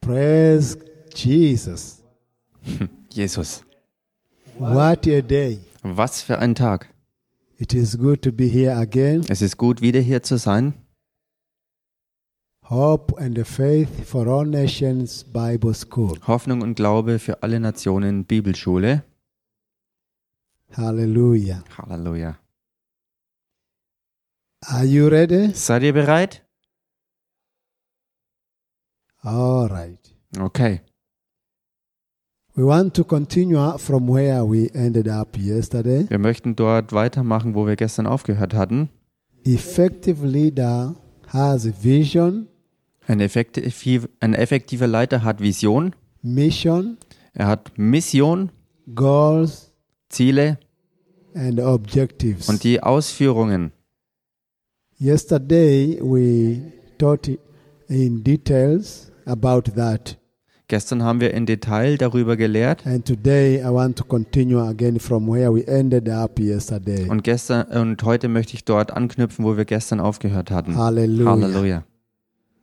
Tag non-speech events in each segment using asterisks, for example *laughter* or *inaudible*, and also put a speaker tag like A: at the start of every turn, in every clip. A: Praise Jesus.
B: Jesus,
A: What a day.
B: was für ein Tag.
A: It is good to be here again.
B: Es ist gut, wieder hier zu sein.
A: Hope and faith for all nations Bible school.
B: Hoffnung und Glaube für alle Nationen, Bibelschule.
A: Hallelujah.
B: Halleluja.
A: Are you ready?
B: Seid ihr bereit?
A: All right.
B: Okay.
A: We want to continue from where we ended up yesterday.
B: Wir möchten dort weitermachen, wo wir gestern aufgehört hatten.
A: Effective leader has a vision,
B: Ein, effektiv, ein effektiver Leiter hat Vision,
A: mission,
B: er hat Mission,
A: goals,
B: Ziele
A: and objectives.
B: und die Ausführungen.
A: Yesterday we taught in details about that.
B: Gestern haben wir in Detail darüber gelehrt
A: And today I want to continue again from where we ended up yesterday.
B: und, gestern, und heute möchte ich dort anknüpfen, wo wir gestern aufgehört hatten.
A: Hallelujah.
B: Halleluja.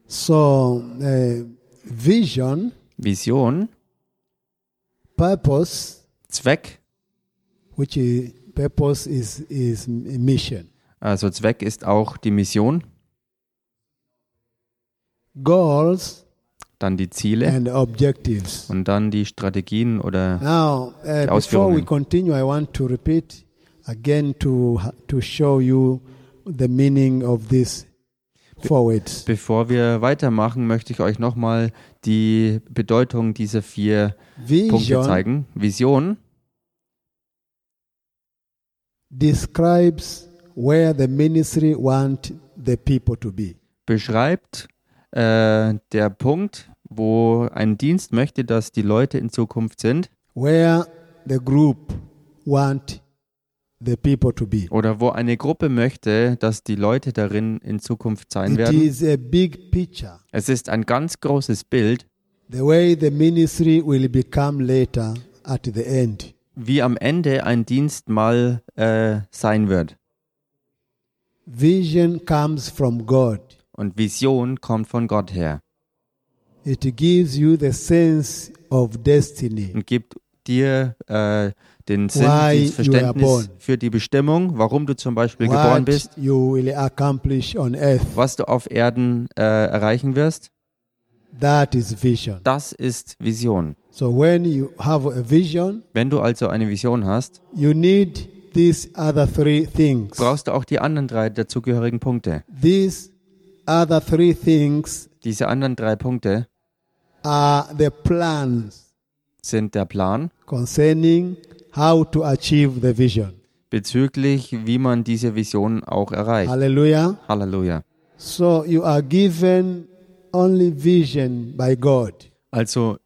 A: So, uh, vision,
B: Vision,
A: purpose,
B: Zweck,
A: which is, purpose is is mission.
B: also Zweck ist auch die Mission,
A: Goals
B: dann die Ziele
A: and objectives.
B: und dann die Strategien oder
A: Now, uh,
B: Die
A: before we
B: Ausführungen.
A: continue, I want to repeat again to to show you the meaning of these four words.
B: bevor wir weitermachen, möchte ich euch nochmal die Bedeutung dieser vier Punkte
A: Vision
B: zeigen. Vision
A: describes where the ministry want the people to be.
B: beschreibt äh, der Punkt, wo ein Dienst möchte, dass die Leute in Zukunft sind
A: where the group want the people to be.
B: oder wo eine Gruppe möchte, dass die Leute darin in Zukunft sein
A: It
B: werden.
A: is a big picture.
B: Es ist ein ganz großes Bild,
A: The way the ministry will become later at the end.
B: wie am Ende ein Dienst mal äh, sein wird.
A: Vision comes from God.
B: Und Vision kommt von Gott her
A: It gives you the sense of destiny.
B: und gibt dir äh, den Sinn,
A: Why
B: dieses
A: you are
B: Verständnis
A: born.
B: für die Bestimmung, warum du zum Beispiel geboren bist,
A: What you will accomplish on earth.
B: was du auf Erden äh, erreichen wirst.
A: That is vision.
B: Das ist Vision.
A: So when you have a vision,
B: Wenn du also eine Vision hast,
A: you need these other three things.
B: brauchst du auch die anderen drei dazugehörigen Punkte.
A: These other three things
B: Diese anderen drei Punkte
A: are the plans
B: sind der Plan
A: concerning how to achieve the vision.
B: bezüglich, wie man diese Vision auch erreicht.
A: Hallelujah.
B: Halleluja.
A: So you are given only vision by God.
B: Also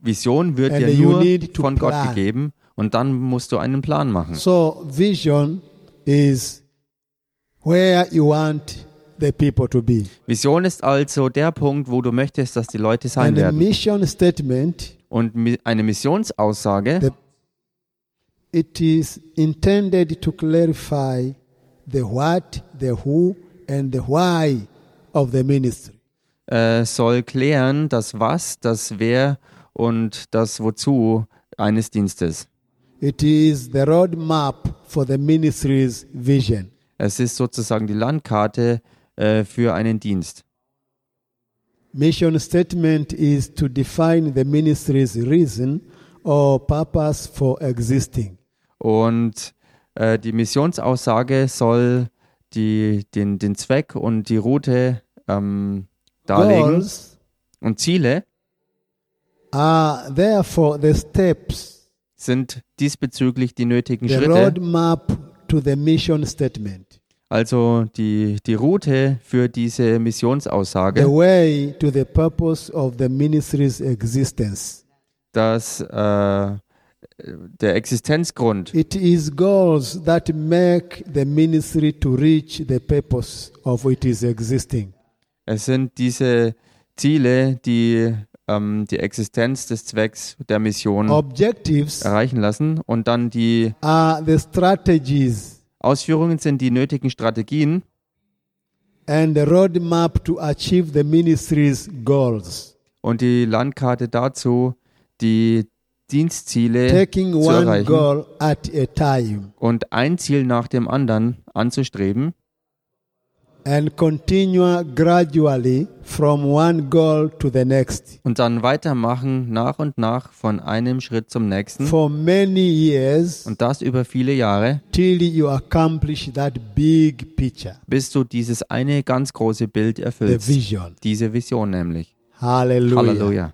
B: Vision wird
A: And
B: dir
A: you
B: nur
A: need to
B: von Gott
A: plan.
B: gegeben und dann musst du einen Plan machen.
A: So vision is where you want the people to be.
B: Vision ist also der Punkt, wo du möchtest, dass die Leute sein
A: And the
B: werden.
A: mission statement,
B: Und mi- eine Missionsaussage,
A: The- it is intended to clarify the what, the who, and the why of the ministry.
B: äh, soll klären, das Was, das Wer und das Wozu eines Dienstes.
A: It is the roadmap for the ministry's vision.
B: Es ist sozusagen die Landkarte äh, für einen Dienst.
A: Mission statement is to define the ministry's reason or purpose for existing.
B: Und äh, die Missionsaussage soll die, den, den Zweck und die Route ähm, darlegen
A: Goals
B: und Ziele
A: are therefore the steps,
B: sind diesbezüglich die nötigen
A: the
B: Schritte.
A: roadmap to the mission statement,
B: Also die, die Route für diese
A: the
B: Missionsaussage,
A: way to the purpose of the ministry's existence.
B: dass äh, der Existenzgrund,
A: It is goals that make the ministry to reach the purpose of it is existing.
B: es sind diese Ziele, die ähm, die Existenz des Zwecks der Mission
A: Objectives
B: erreichen lassen und dann die
A: are the strategies
B: Ausführungen sind die nötigen Strategien
A: and the roadmap to achieve the ministry's goals.
B: und die Landkarte dazu, die Dienstziele
A: taking
B: zu
A: one
B: erreichen.
A: goal at a time
B: und ein Ziel nach dem anderen anzustreben
A: and continue gradually from one goal to the next.
B: und dann weitermachen nach und nach von einem Schritt zum nächsten
A: For many years
B: und das über viele Jahre,
A: till you accomplish that big picture,
B: bis du dieses eine ganz große Bild
A: the
B: erfüllst.
A: vision.
B: Diese Vision nämlich.
A: Hallelujah.
B: Halleluja.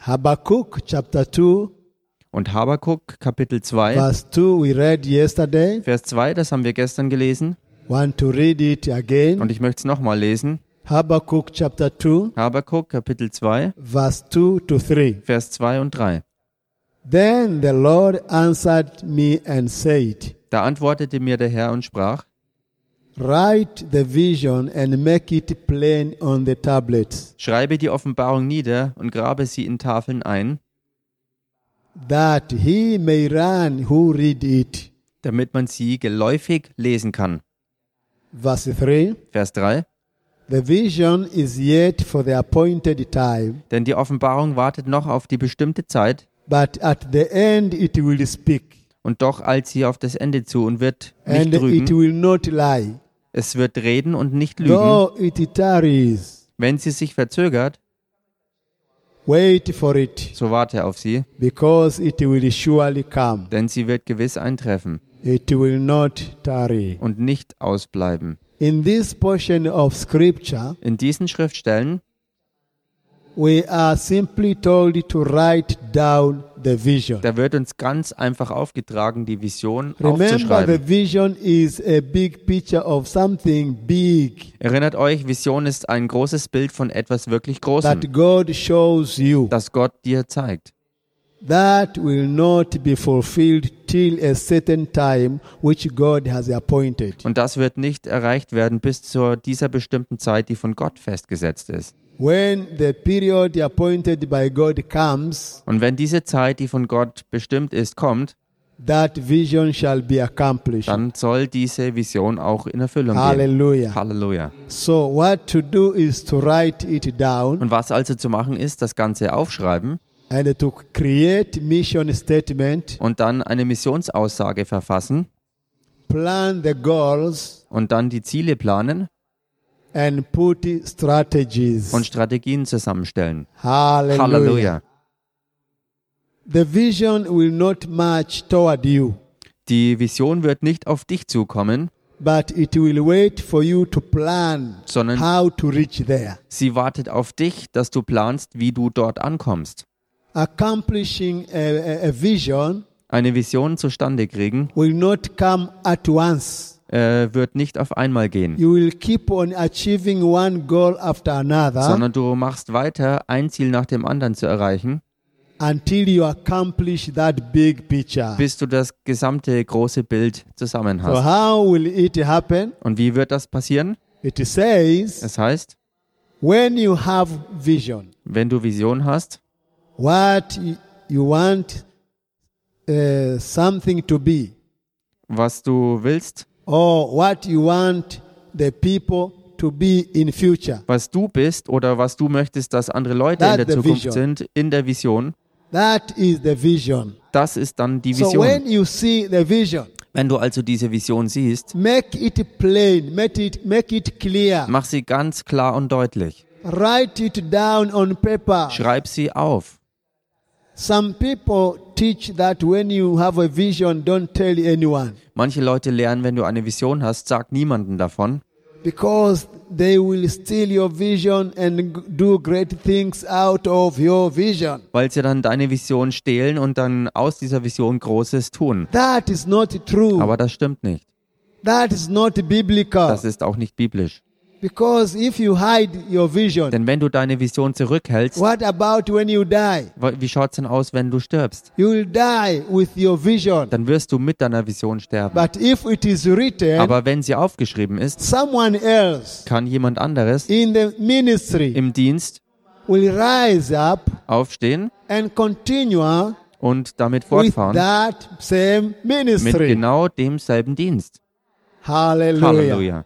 A: Habakkuk chapter 2,
B: Und Habakuk Kapitel 2,
A: verse 2, we read yesterday.
B: Vers 2, das haben wir gestern gelesen
A: Want to read it again.
B: und ich möchte es nochmal lesen.
A: Habakkuk chapter 2,
B: Habakuk Kapitel 2,
A: verse 2 to 3.
B: Vers 2 und 3.
A: Then the Lord answered me and said,
B: Da antwortete mir der Herr und sprach,
A: Write the vision and make it plain on the tablets,
B: Schreibe die Offenbarung nieder und grabe sie in Tafeln ein,
A: that he may run who read it.
B: damit man sie geläufig lesen kann.
A: Verse 3
B: Vers 3.
A: The vision is yet for the appointed time,
B: Denn die Offenbarung wartet noch auf die bestimmte Zeit,
A: but at the end it will speak,
B: und doch eilt sie auf das Ende zu und wird nicht
A: and it
B: trügen.
A: will not lie.
B: Es wird reden und nicht lügen.
A: Though it tarries,
B: Wenn sie sich verzögert,
A: wait for it,
B: so warte auf sie,
A: because it will surely come.
B: denn sie wird gewiss eintreffen
A: It will not tarry.
B: und nicht ausbleiben.
A: In this portion of Scripture,
B: In diesen Schriftstellen
A: we are simply told to write down the vision.
B: Da wird uns ganz einfach aufgetragen, die Vision
A: Remember, the
B: aufzuschreiben.
A: vision is a big picture of something big
B: Erinnert euch, Vision ist ein großes Bild von etwas wirklich Großem,
A: that God shows you
B: das Gott dir zeigt.
A: that will not be fulfilled till a certain time which God has appointed.
B: Und das wird nicht erreicht werden bis zu dieser bestimmten Zeit, die von Gott festgesetzt ist.
A: When the period appointed by God comes,
B: Und wenn diese Zeit, die von Gott bestimmt ist, kommt,
A: that vision shall be accomplished.
B: dann soll diese Vision auch in Erfüllung gehen.
A: Hallelujah.
B: Halleluja.
A: So, what to do is to write it down
B: Und was also zu machen ist, das Ganze aufschreiben
A: and to create mission statement
B: und dann eine Missionsaussage verfassen
A: plan the goals
B: und dann die Ziele planen
A: and put strategies.
B: und Strategien zusammenstellen.
A: Hallelujah.
B: Halleluja.
A: The vision will not march toward you,
B: Die Vision wird nicht auf dich zukommen,
A: but it will wait for you to plan
B: sondern
A: how to reach there.
B: sie wartet auf dich, dass du planst, wie du dort ankommst.
A: Accomplishing a, a- a vision
B: Eine Vision zustande kriegen
A: will not come at once.
B: äh, wird nicht auf einmal gehen,
A: You will keep on achieving one goal after another
B: sondern du machst weiter, ein Ziel nach dem anderen zu erreichen,
A: until you accomplish that big picture.
B: bis du das gesamte große Bild zusammen
A: So,
B: hast.
A: how will it happen?
B: Und wie wird das passieren?
A: It says,
B: Das heißt,
A: when you have vision,
B: wenn du Vision hast,
A: what y- you want uh, something to be,
B: was du willst,
A: or what you want the people to be in future.
B: was du bist oder was du möchtest, dass andere Leute in
A: That
B: der
A: the
B: Zukunft
A: vision.
B: sind, in der Vision,
A: That is the vision.
B: das ist dann die
A: So
B: Vision.
A: when you see the vision,
B: Wenn du also diese Vision siehst,
A: make it plain, make it make it clear.
B: mach sie ganz klar und deutlich.
A: Write it down on paper.
B: Schreib sie auf.
A: Some people teach that when you have a vision, don't tell anyone
B: Manche Leute lernen, wenn du eine Vision hast, sag niemanden davon,
A: because they will steal your vision and g- do great things out of your vision.
B: weil sie dann deine Vision stehlen und dann aus dieser Vision Großes tun.
A: That is not true.
B: Aber das stimmt nicht.
A: that is not biblical.
B: Das ist auch nicht biblisch.
A: because if you hide your vision,
B: Denn wenn du deine Vision zurückhältst,
A: what about when you die?
B: wa- wie schaut's denn aus, wenn du stirbst?
A: You will die with your vision.
B: Dann wirst du mit deiner Vision sterben.
A: But if it is written,
B: Aber wenn sie aufgeschrieben ist,
A: someone else
B: kann jemand anderes
A: in the ministry
B: im Dienst
A: will rise up
B: aufstehen
A: and continue
B: und damit
A: with
B: fortfahren
A: that same
B: mit
A: ministry.
B: genau demselben Dienst.
A: Hallelujah.
B: Halleluja.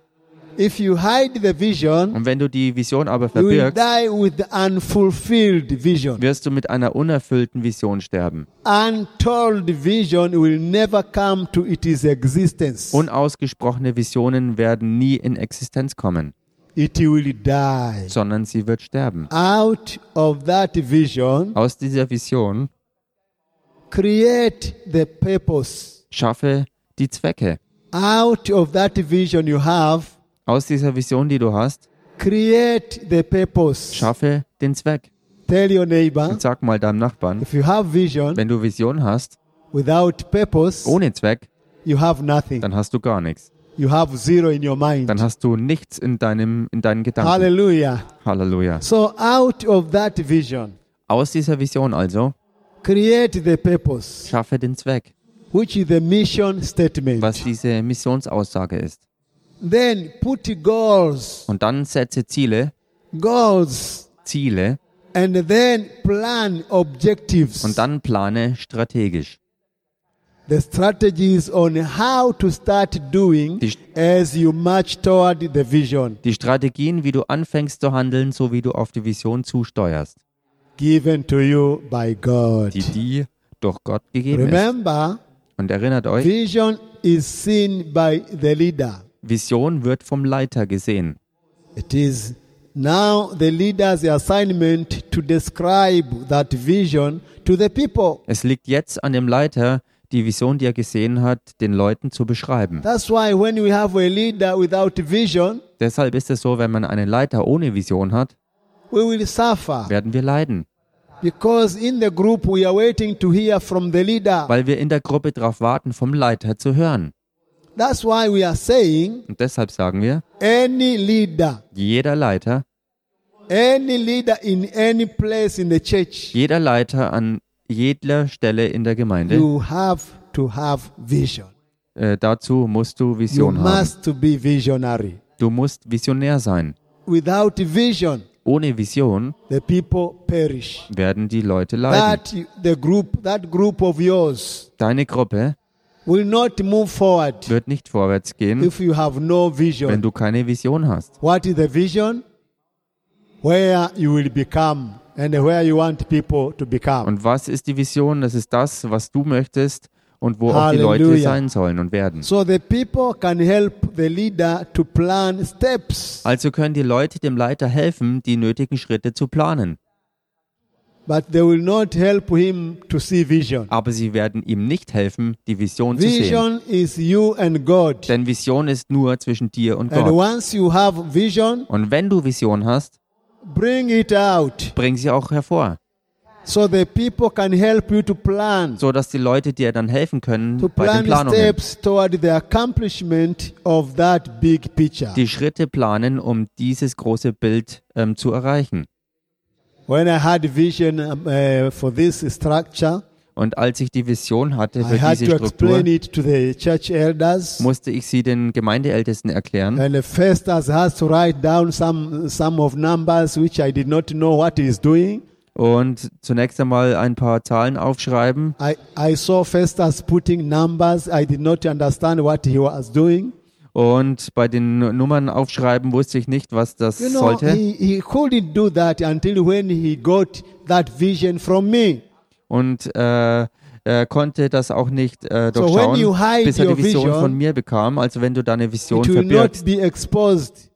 A: If you hide the vision,
B: Und wenn du die Vision aber
A: you will
B: verbirgst,
A: die with unfulfilled vision.
B: wirst du mit einer unerfüllten Vision sterben.
A: Untold vision will never come to its existence.
B: Unausgesprochene Visionen werden nie in Existenz kommen,
A: It will die.
B: sondern sie wird sterben.
A: Out of that vision,
B: Aus dieser Vision
A: create the purpose.
B: schaffe die Zwecke.
A: Out of that vision you have,
B: Aus dieser Vision, die du hast,
A: create the purpose.
B: schaffe den Zweck.
A: Tell your neighbor,
B: Und sag mal deinem Nachbarn,
A: if you have vision
B: wenn du Vision hast,
A: without purpose,
B: ohne Zweck,
A: you have nothing.
B: dann hast du gar nichts.
A: You have zero in your mind.
B: Dann hast du nichts in deinem in deinen Gedanken.
A: Hallelujah.
B: Halleluja.
A: So out of that vision,
B: Aus dieser Vision also
A: create the purpose,
B: schaffe den Zweck,
A: which is the mission statement.
B: was diese Missionsaussage ist.
A: Then put goals,
B: Und dann setze Ziele,
A: goals,
B: Ziele
A: and then plan objectives.
B: und dann plane strategisch.
A: the strategies on how to start doing
B: Die-
A: as you march toward the vision
B: Die Strategien, wie du anfängst zu handeln, so wie du auf die Vision zusteuerst,
A: given to you by God.
B: die dir durch Gott gegeben ist.
A: Remember,
B: Und erinnert euch,
A: vision is seen by the leader.
B: Vision wird vom Leiter gesehen.
A: It is now the leader's assignment to describe that vision to the people.
B: Es liegt jetzt an dem Leiter, die Vision, die er gesehen hat, den Leuten zu beschreiben.
A: That's why when we have a leader without vision,
B: Deshalb ist es so, wenn man einen Leiter ohne Vision hat,
A: we will suffer
B: werden wir leiden,
A: because in the group we are waiting to hear from the leader.
B: weil wir in der Gruppe darauf warten, vom Leiter zu hören.
A: That's why we are saying
B: Und deshalb sagen wir,
A: any leader,
B: jeder Leiter,
A: any leader in any place in the church,
B: jeder Leiter an jeder Stelle in der Gemeinde,
A: you have to have vision.
B: äh, dazu musst du
A: You
B: Vision haben.
A: must to be visionary.
B: Du musst visionär sein.
A: Without vision,
B: Ohne Vision
A: the people perish.
B: werden die Leute leiden.
A: that the group that group of yours
B: Deine Gruppe
A: will not move forward
B: wird nicht vorwärts gehen,
A: if you have no
B: wenn
A: vision
B: du keine Vision hast.
A: what is the vision where you will become and where you want people to become
B: Und was ist die Vision? Das ist das, was du möchtest und wo auch die Leute
A: Halleluja.
B: sein sollen und werden.
A: so the people can help the leader to plan steps
B: Also können die Leute dem Leiter helfen, die nötigen Schritte zu planen.
A: but they will not help him to see vision
B: Aber sie werden ihm nicht helfen, die Vision zu sehen.
A: vision is you and god
B: Denn Vision ist nur zwischen dir und
A: and
B: Gott.
A: once you have vision
B: Und wenn du Vision hast,
A: bring it out
B: bring sie auch hervor,
A: so the people can help you to plan
B: so dass die Leute dir dann helfen können
A: to
B: bei
A: plan
B: den Planungen.
A: steps toward the accomplishment of that big picture.
B: Die Schritte planen, um dieses große Bild ähm, zu erreichen.
A: When I had vision um, uh, for this structure,
B: Und als ich die Vision hatte
A: I
B: für
A: had
B: diese
A: to
B: Struktur,
A: explain it to the church elders.
B: musste ich sie den Gemeindeältesten erklären.
A: And the first has has to write down some some of numbers which I did not know what he is doing.
B: Und zunächst einmal ein paar Zahlen aufschreiben,
A: I, I saw first as putting numbers. I did not understand what he was doing.
B: Und bei den Nu- Nummern aufschreiben wusste ich nicht, was das
A: You know,
B: sollte.
A: he, he couldn't do that until when he got that vision from me.
B: Und äh, er konnte das auch nicht äh,
A: So when
B: durchschauen,
A: you hide
B: bis er die
A: your
B: Vision
A: vision,
B: von mir bekam. Also wenn du deine Vision
A: It will
B: verbirgst,
A: not be exposed.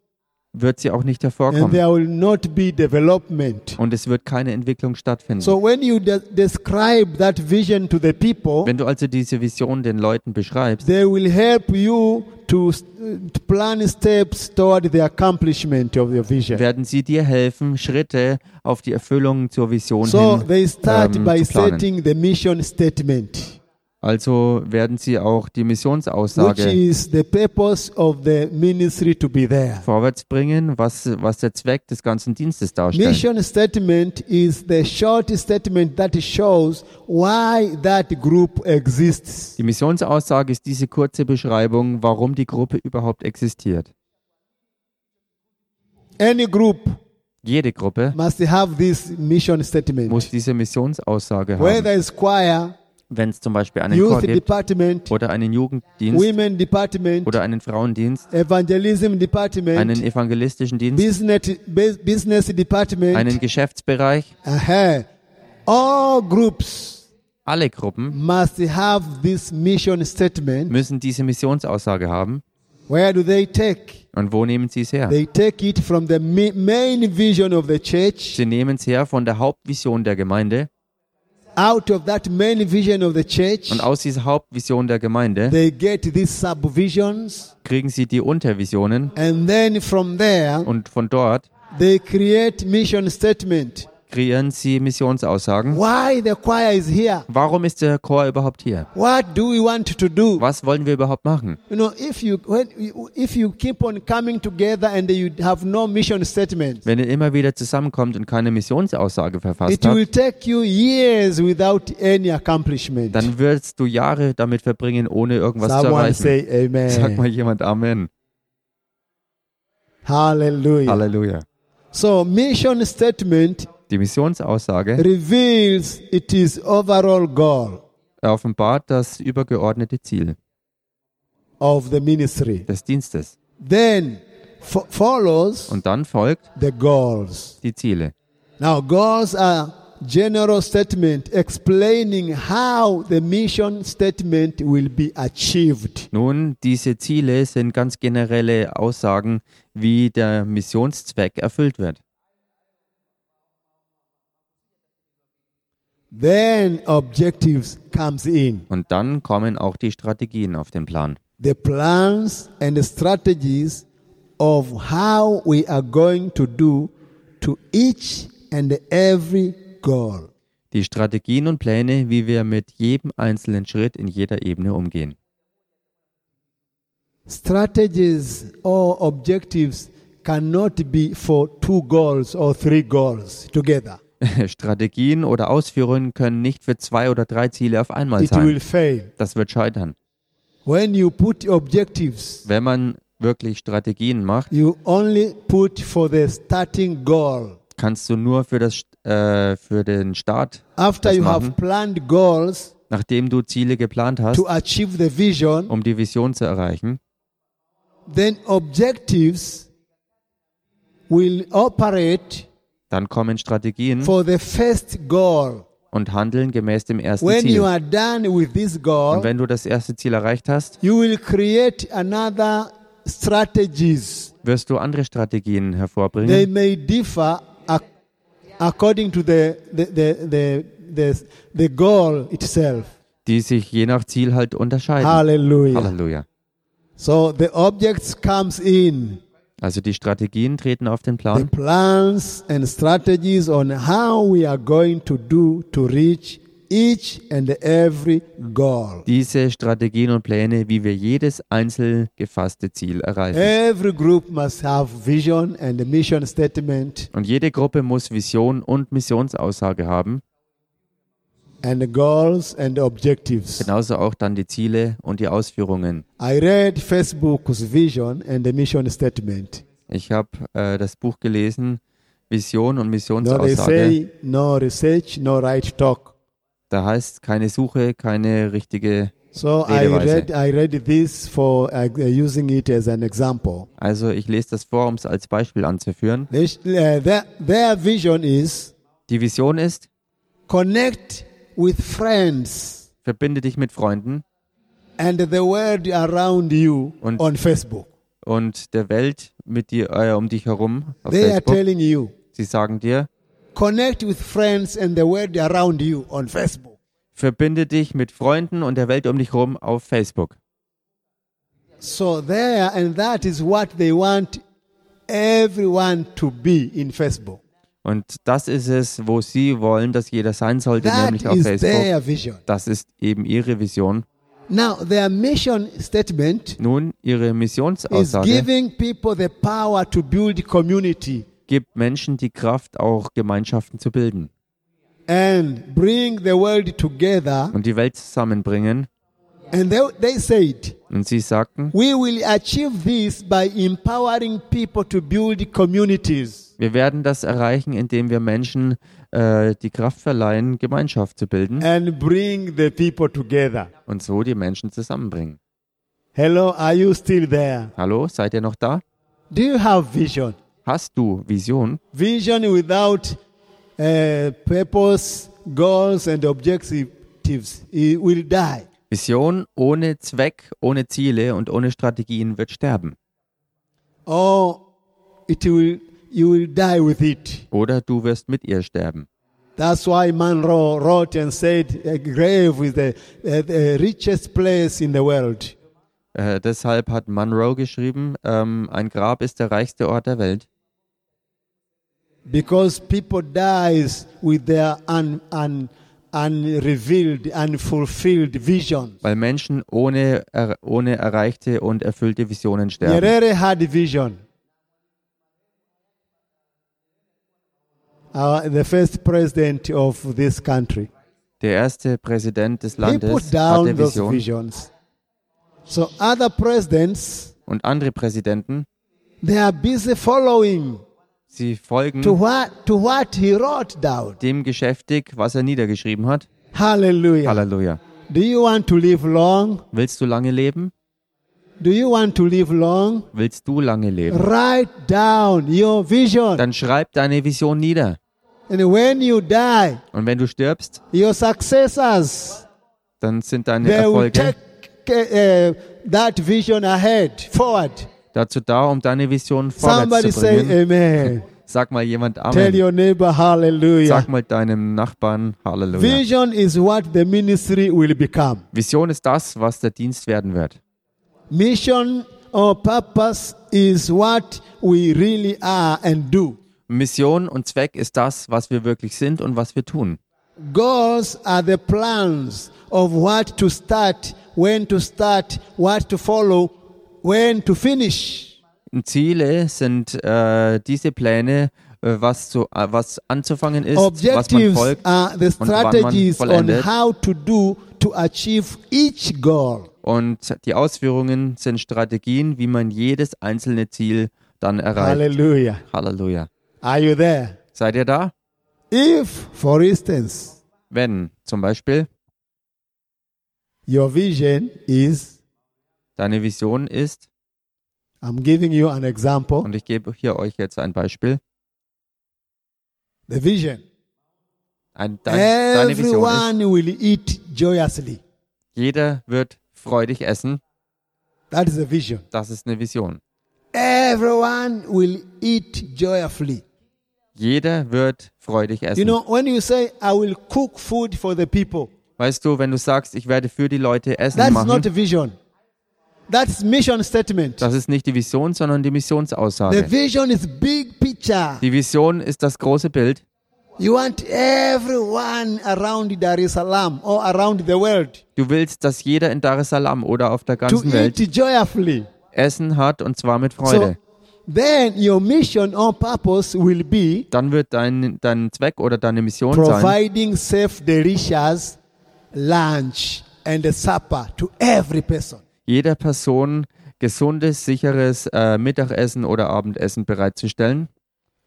B: wird sie auch nicht
A: and
B: hervorkommen.
A: there will not be development.
B: Und es wird keine Entwicklung stattfinden.
A: So when you de- describe that vision to the people,
B: Wenn du also diese Vision den Leuten beschreibst,
A: they will help you to, s- to plan steps toward the accomplishment of your vision.
B: werden sie dir helfen, Schritte auf die Erfüllung zur Vision
A: So
B: hin
A: they start
B: ähm,
A: by
B: zu planen.
A: setting the mission statement,
B: Also werden sie auch die
A: which
B: Missionsaussage
A: is the purpose of the ministry to be there.
B: vorwärts bringen, was, was der Zweck des ganzen Dienstes darstellt.
A: Mission statement is the short statement that shows why that group exists.
B: Die Missionsaussage ist diese kurze Beschreibung, warum die Gruppe überhaupt existiert.
A: Any group
B: Jede Gruppe
A: must have this mission statement.
B: muss diese Missionsaussage haben.
A: Whether it's choir,
B: wenn es zum Beispiel einen Chor
A: youth
B: gibt
A: department,
B: oder einen Jugenddienst
A: women department,
B: oder einen Frauendienst,
A: evangelism
B: einen
A: department,
B: evangelistischen Dienst,
A: business, bus- business
B: einen
A: department.
B: Geschäftsbereich.
A: Aha. All groups
B: Alle Gruppen
A: must have this mission statement.
B: müssen diese Missionsaussage haben.
A: Where do they take?
B: Und wo nehmen sie es her?
A: They take it from the ma- main vision of the church.
B: Sie nehmen es her von der Hauptvision der Gemeinde.
A: Out of that main vision of the church,
B: Und aus dieser Hauptvision der Gemeinde
A: they get these subvisions.
B: kriegen sie die Untervisionen.
A: And then from there,
B: Und von dort
A: they create mission statement.
B: kreieren sie Missionsaussagen.
A: Why the choir is here?
B: Warum ist der Chor überhaupt hier?
A: What do we want to do?
B: Was wollen wir überhaupt machen?
A: You know, if you when you- if you keep on coming together and you have no mission statement,
B: Wenn ihr immer wieder zusammenkommt und keine Missionsaussage verfasst
A: it will
B: habt,
A: take you years without any accomplishment.
B: dann wirst du Jahre damit verbringen, ohne irgendwas zu
A: Someone
B: erreichen.
A: say amen.
B: Sag mal jemand Amen.
A: Hallelujah.
B: Halleluja.
A: So mission statement
B: Die Missionsaussage
A: reveals it is overall goal
B: offenbart das übergeordnete Ziel
A: of the ministry.
B: des Dienstes.
A: Then fo- follows
B: Und dann folgt
A: the goals.
B: die Ziele.
A: Now goals are general statement explaining how the mission statement will be achieved.
B: Nun, diese Ziele sind ganz generelle Aussagen, wie der Missionszweck erfüllt wird.
A: Then objectives comes in.
B: Und dann kommen auch die Strategien auf den Plan.
A: The plans and the strategies of how we are going to do to each and every goal.
B: Die Strategien und Pläne, wie wir mit jedem einzelnen Schritt in jeder Ebene umgehen. *laughs*
A: Strategies or objectives cannot be for two goals or three goals together.
B: Strategien oder Ausführungen können nicht für zwei oder drei Ziele auf einmal
A: It will
B: sein.
A: fail.
B: Das wird scheitern.
A: When you put objectives,
B: Wenn man wirklich Strategien macht,
A: you only put for the starting goal.
B: kannst du nur für, das, äh, für den Start,
A: After
B: Das
A: you
B: machen.
A: have planned goals
B: nachdem du Ziele geplant hast,
A: to achieve the vision,
B: um die Vision zu erreichen,
A: then objectives will operate
B: dann kommen Strategien
A: for the first goal.
B: und handeln gemäß dem ersten
A: When you
B: Ziel.
A: are done with this
B: Und
A: goal,
B: wenn du das erste Ziel erreicht hast,
A: you will create another strategies.
B: wirst du andere Strategien
A: They
B: hervorbringen.
A: may differ ac- according to the, the, the, the, the, the goal itself.
B: die sich je nach Ziel halt unterscheiden.
A: Hallelujah.
B: Halleluja.
A: So the objects comes in
B: Also die Strategien treten auf den
A: the
B: Plan,
A: plans and strategies on how we are going to do to reach each and every goal.
B: diese Strategien und Pläne, wie wir jedes einzeln gefasste Ziel erreichen.
A: Every group must have vision and a mission statement
B: Und jede Gruppe muss Vision und Missionsaussage haben,
A: and goals and objectives.
B: genauso auch dann die Ziele und die Ausführungen.
A: I read Facebook's vision and the mission statement.
B: Ich habe äh, das Buch gelesen, Vision und
A: No, they
B: Missionsaussage.
A: say no research, no right talk.
B: Da heißt keine Suche, keine richtige.
A: So I
B: Redeweise.
A: read, I read this for uh, using it as an example.
B: Also ich lese das vor, um es als Beispiel anzuführen.
A: They, sh- uh, their, their vision is
B: Die Vision ist,
A: connect with friends
B: verbinde dich mit Freunden
A: and the world around you
B: Und-
A: on Facebook.
B: und der Welt mit dir, äh, um dich herum auf
A: They are
B: Facebook.
A: telling you
B: Sie sagen dir,
A: connect with friends and the world around you on Facebook.
B: verbinde dich mit Freunden und der Welt um dich herum auf Facebook.
A: So there and that is what they want everyone to be in Facebook.
B: Und das ist es, wo sie wollen, dass jeder sein sollte,
A: That
B: nämlich auf
A: is
B: Facebook.
A: their vision.
B: Das ist eben ihre Vision.
A: Now their mission statement
B: Nun, ihre
A: is
B: Missionsaussage
A: giving people the power to build community
B: gibt Menschen die Kraft, auch Gemeinschaften zu bilden
A: and bring the world together
B: und die Welt zusammenbringen.
A: And they, they said,
B: Und sie sagten,
A: We will achieve this by empowering people to build communities
B: Wir werden das erreichen, indem wir Menschen äh, die Kraft verleihen, Gemeinschaft zu bilden
A: and bring the people together.
B: und so die Menschen zusammenbringen.
A: Hello, are you still there?
B: Hallo, seid ihr noch da?
A: Do you have vision?
B: Hast du Vision?
A: Vision without uh, purpose, goals, and objectives it will die.
B: Vision ohne Zweck, ohne Ziele und ohne Strategien wird sterben.
A: Or Oh, it will, you will die with it.
B: Oder du wirst mit ihr sterben.
A: That's why Monroe wrote and said, "A grave is the, uh, the richest place in the world."
B: Äh, deshalb hat Monroe geschrieben, ähm, ein Grab ist der reichste Ort der Welt,
A: Because people dies with their un, un, unrevealed, unfulfilled vision.
B: weil Menschen ohne, er, ohne erreichte und erfüllte Visionen sterben.
A: Nyerere had vision. Uh, the first president of this country.
B: Der erste Präsident des
A: He put
B: Landes
A: down
B: hatte
A: those
B: Vision
A: visions. So other presidents,
B: und andere Präsidenten,
A: they are busy following
B: sie folgen
A: to what, to what he wrote down.
B: dem geschäftig, was er niedergeschrieben hat.
A: Hallelujah.
B: Halleluja.
A: Do you want to live long?
B: Willst du lange leben?
A: Do you want to live long?
B: Willst du lange leben?
A: Write down your vision.
B: Dann schreib deine Vision nieder.
A: And when you die,
B: Und wenn du stirbst,
A: your successors,
B: dann sind deine
A: they will
B: Erfolge
A: take uh, that vision ahead, forward.
B: dazu da, um deine Vision
A: Somebody
B: vorwärts zu
A: say
B: bringen.
A: amen.
B: Sag mal jemand
A: Tell
B: Amen.
A: your neighbor hallelujah.
B: Sag mal deinem Nachbarn Halleluja.
A: Vision is what the ministry will become.
B: Vision ist das, was der Dienst werden wird.
A: Mission or purpose is what we really are and do.
B: Mission und Zweck ist das, was wir wirklich sind und was wir tun.
A: Goals are the plans of what to start, when to start, what to follow, when to finish.
B: Und Ziele sind äh, diese Pläne, äh, was, zu, äh, was anzufangen ist, was man
A: Objectives
B: folgt
A: are the
B: und wann man
A: strategies on
B: vollendet.
A: how to do to achieve each goal.
B: Und die Ausführungen sind Strategien, wie man jedes einzelne Ziel dann erreicht.
A: Hallelujah.
B: Halleluja.
A: Are you there?
B: Seid ihr da?
A: If, for instance,
B: Wenn zum Beispiel
A: your vision is,
B: deine Vision ist,
A: I'm giving you an example,
B: und ich gebe hier euch jetzt ein Beispiel,
A: the vision.
B: ein, dein, deine Vision ist,
A: Everyone will eat joyously.
B: jeder wird freudig essen,
A: That is the vision.
B: das ist eine Vision.
A: Everyone will eat joyfully.
B: Jeder wird freudig essen.
A: You know, when you say, I will cook food for the people,
B: weißt du, wenn du sagst, ich werde für die Leute Essen
A: that's
B: machen,
A: not a vision. That's mission statement.
B: das ist nicht die Vision, sondern die
A: The
B: Missionsaussage.
A: vision is big picture.
B: Die Vision ist das große Bild.
A: You want everyone around Dar es Salaam or around the world
B: Du willst, dass jeder in Dar es Salaam oder auf der
A: to
B: ganzen Welt
A: eat joyfully.
B: Essen hat und zwar mit
A: So
B: Freude.
A: then your mission or purpose will be
B: Dann wird dein, dein Zweck oder deine Mission sein,
A: providing safe, delicious lunch and a supper to every person.
B: jeder Person gesundes, sicheres äh, Mittagessen oder Abendessen bereitzustellen.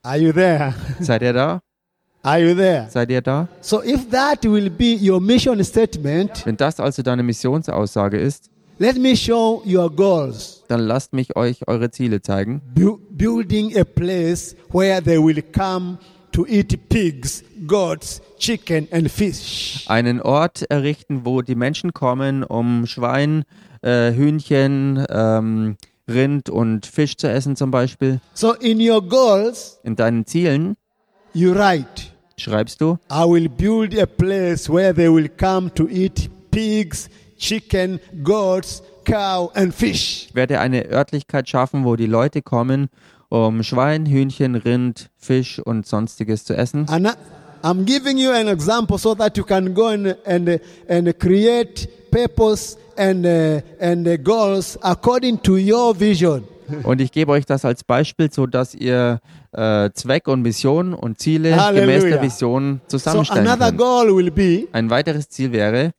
A: Are you there? *laughs*
B: Seid ihr da?
A: Are you there?
B: Seid ihr da?
A: So if that will be your mission statement,
B: Wenn das also deine Missionsaussage ist,
A: let me show your goals.
B: dann lasst mich euch eure Ziele zeigen.
A: Bu- building a place where they will come to eat pigs, goats, chicken, and fish.
B: Einen Ort errichten, wo die Menschen kommen, um Schwein, äh, Hühnchen, ähm, Rind und Fisch zu essen zum Beispiel.
A: So in your goals,
B: In deinen Zielen
A: you write,
B: schreibst du,
A: I will build a place where they will come to eat pigs, chicken, goats, cow, and fish.
B: Ich werde eine Örtlichkeit schaffen, wo die Leute kommen, um Schwein, Hühnchen, Rind, Fisch und sonstiges zu essen.
A: And I- I'm giving you an example so that you can go and and, and create purpose and uh, and uh, goals according to your vision.
B: Und ich gebe euch das als Beispiel, so dass ihr äh, Zweck und Mission und Ziele
A: Halleluja.
B: gemäß der Vision
A: So
B: zusammenstellen
A: another
B: könnt.
A: goal will be
B: Ein weiteres Ziel wäre,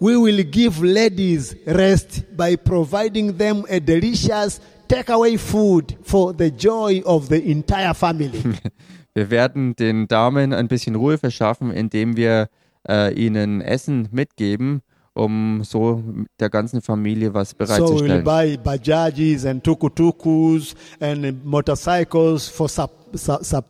A: we will give ladies rest by providing them a delicious take away food for the joy of the entire family.
B: Wir werden den Damen ein bisschen Ruhe verschaffen, indem wir äh, ihnen Essen mitgeben, um so der ganzen Familie was
A: so we'll
B: bereitzustellen.
A: buy bajajes and tukutukus and motorcycles for sup, su- sup,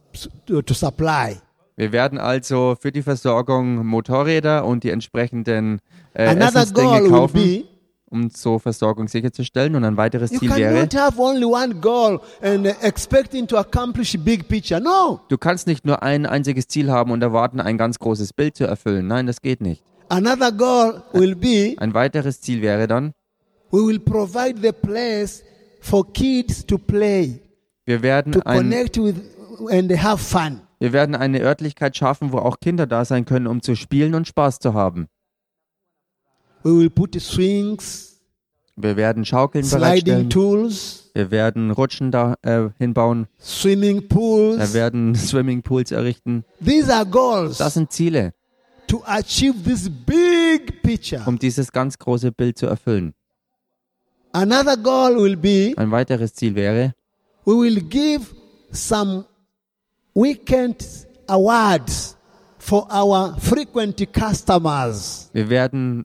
A: to supply.
B: Wir werden also für die Versorgung Motorräder und die entsprechenden äh,
A: Another goal
B: Essensdinge
A: will
B: kaufen,
A: be
B: um so Versorgung sicherzustellen. Und ein weiteres
A: you
B: Ziel wäre,
A: cannot have only one goal and expecting to accomplish big picture. No.
B: du kannst nicht nur ein einziges Ziel haben und erwarten, ein ganz großes Bild zu erfüllen. Nein, das geht nicht.
A: Another goal will be
B: Ein weiteres Ziel wäre dann,
A: we will provide the place for kids to play,
B: wir
A: to
B: werden, ein,
A: connect with and have fun.
B: wir werden eine Örtlichkeit schaffen, wo auch Kinder da sein können, um zu spielen und Spaß zu haben.
A: We will put swings,
B: Wir werden Schaukeln
A: sliding
B: bereitstellen,
A: tools,
B: wir werden Rutschen da äh, hinbauen,
A: swimming
B: wir
A: pools.
B: werden *laughs* Swimmingpools errichten.
A: These are goals
B: Das sind Ziele,
A: to achieve this big picture.
B: um dieses ganz große Bild zu erfüllen.
A: Another goal will be
B: Ein weiteres Ziel wäre,
A: we will give some weekend awards for our frequent customers.
B: wir werden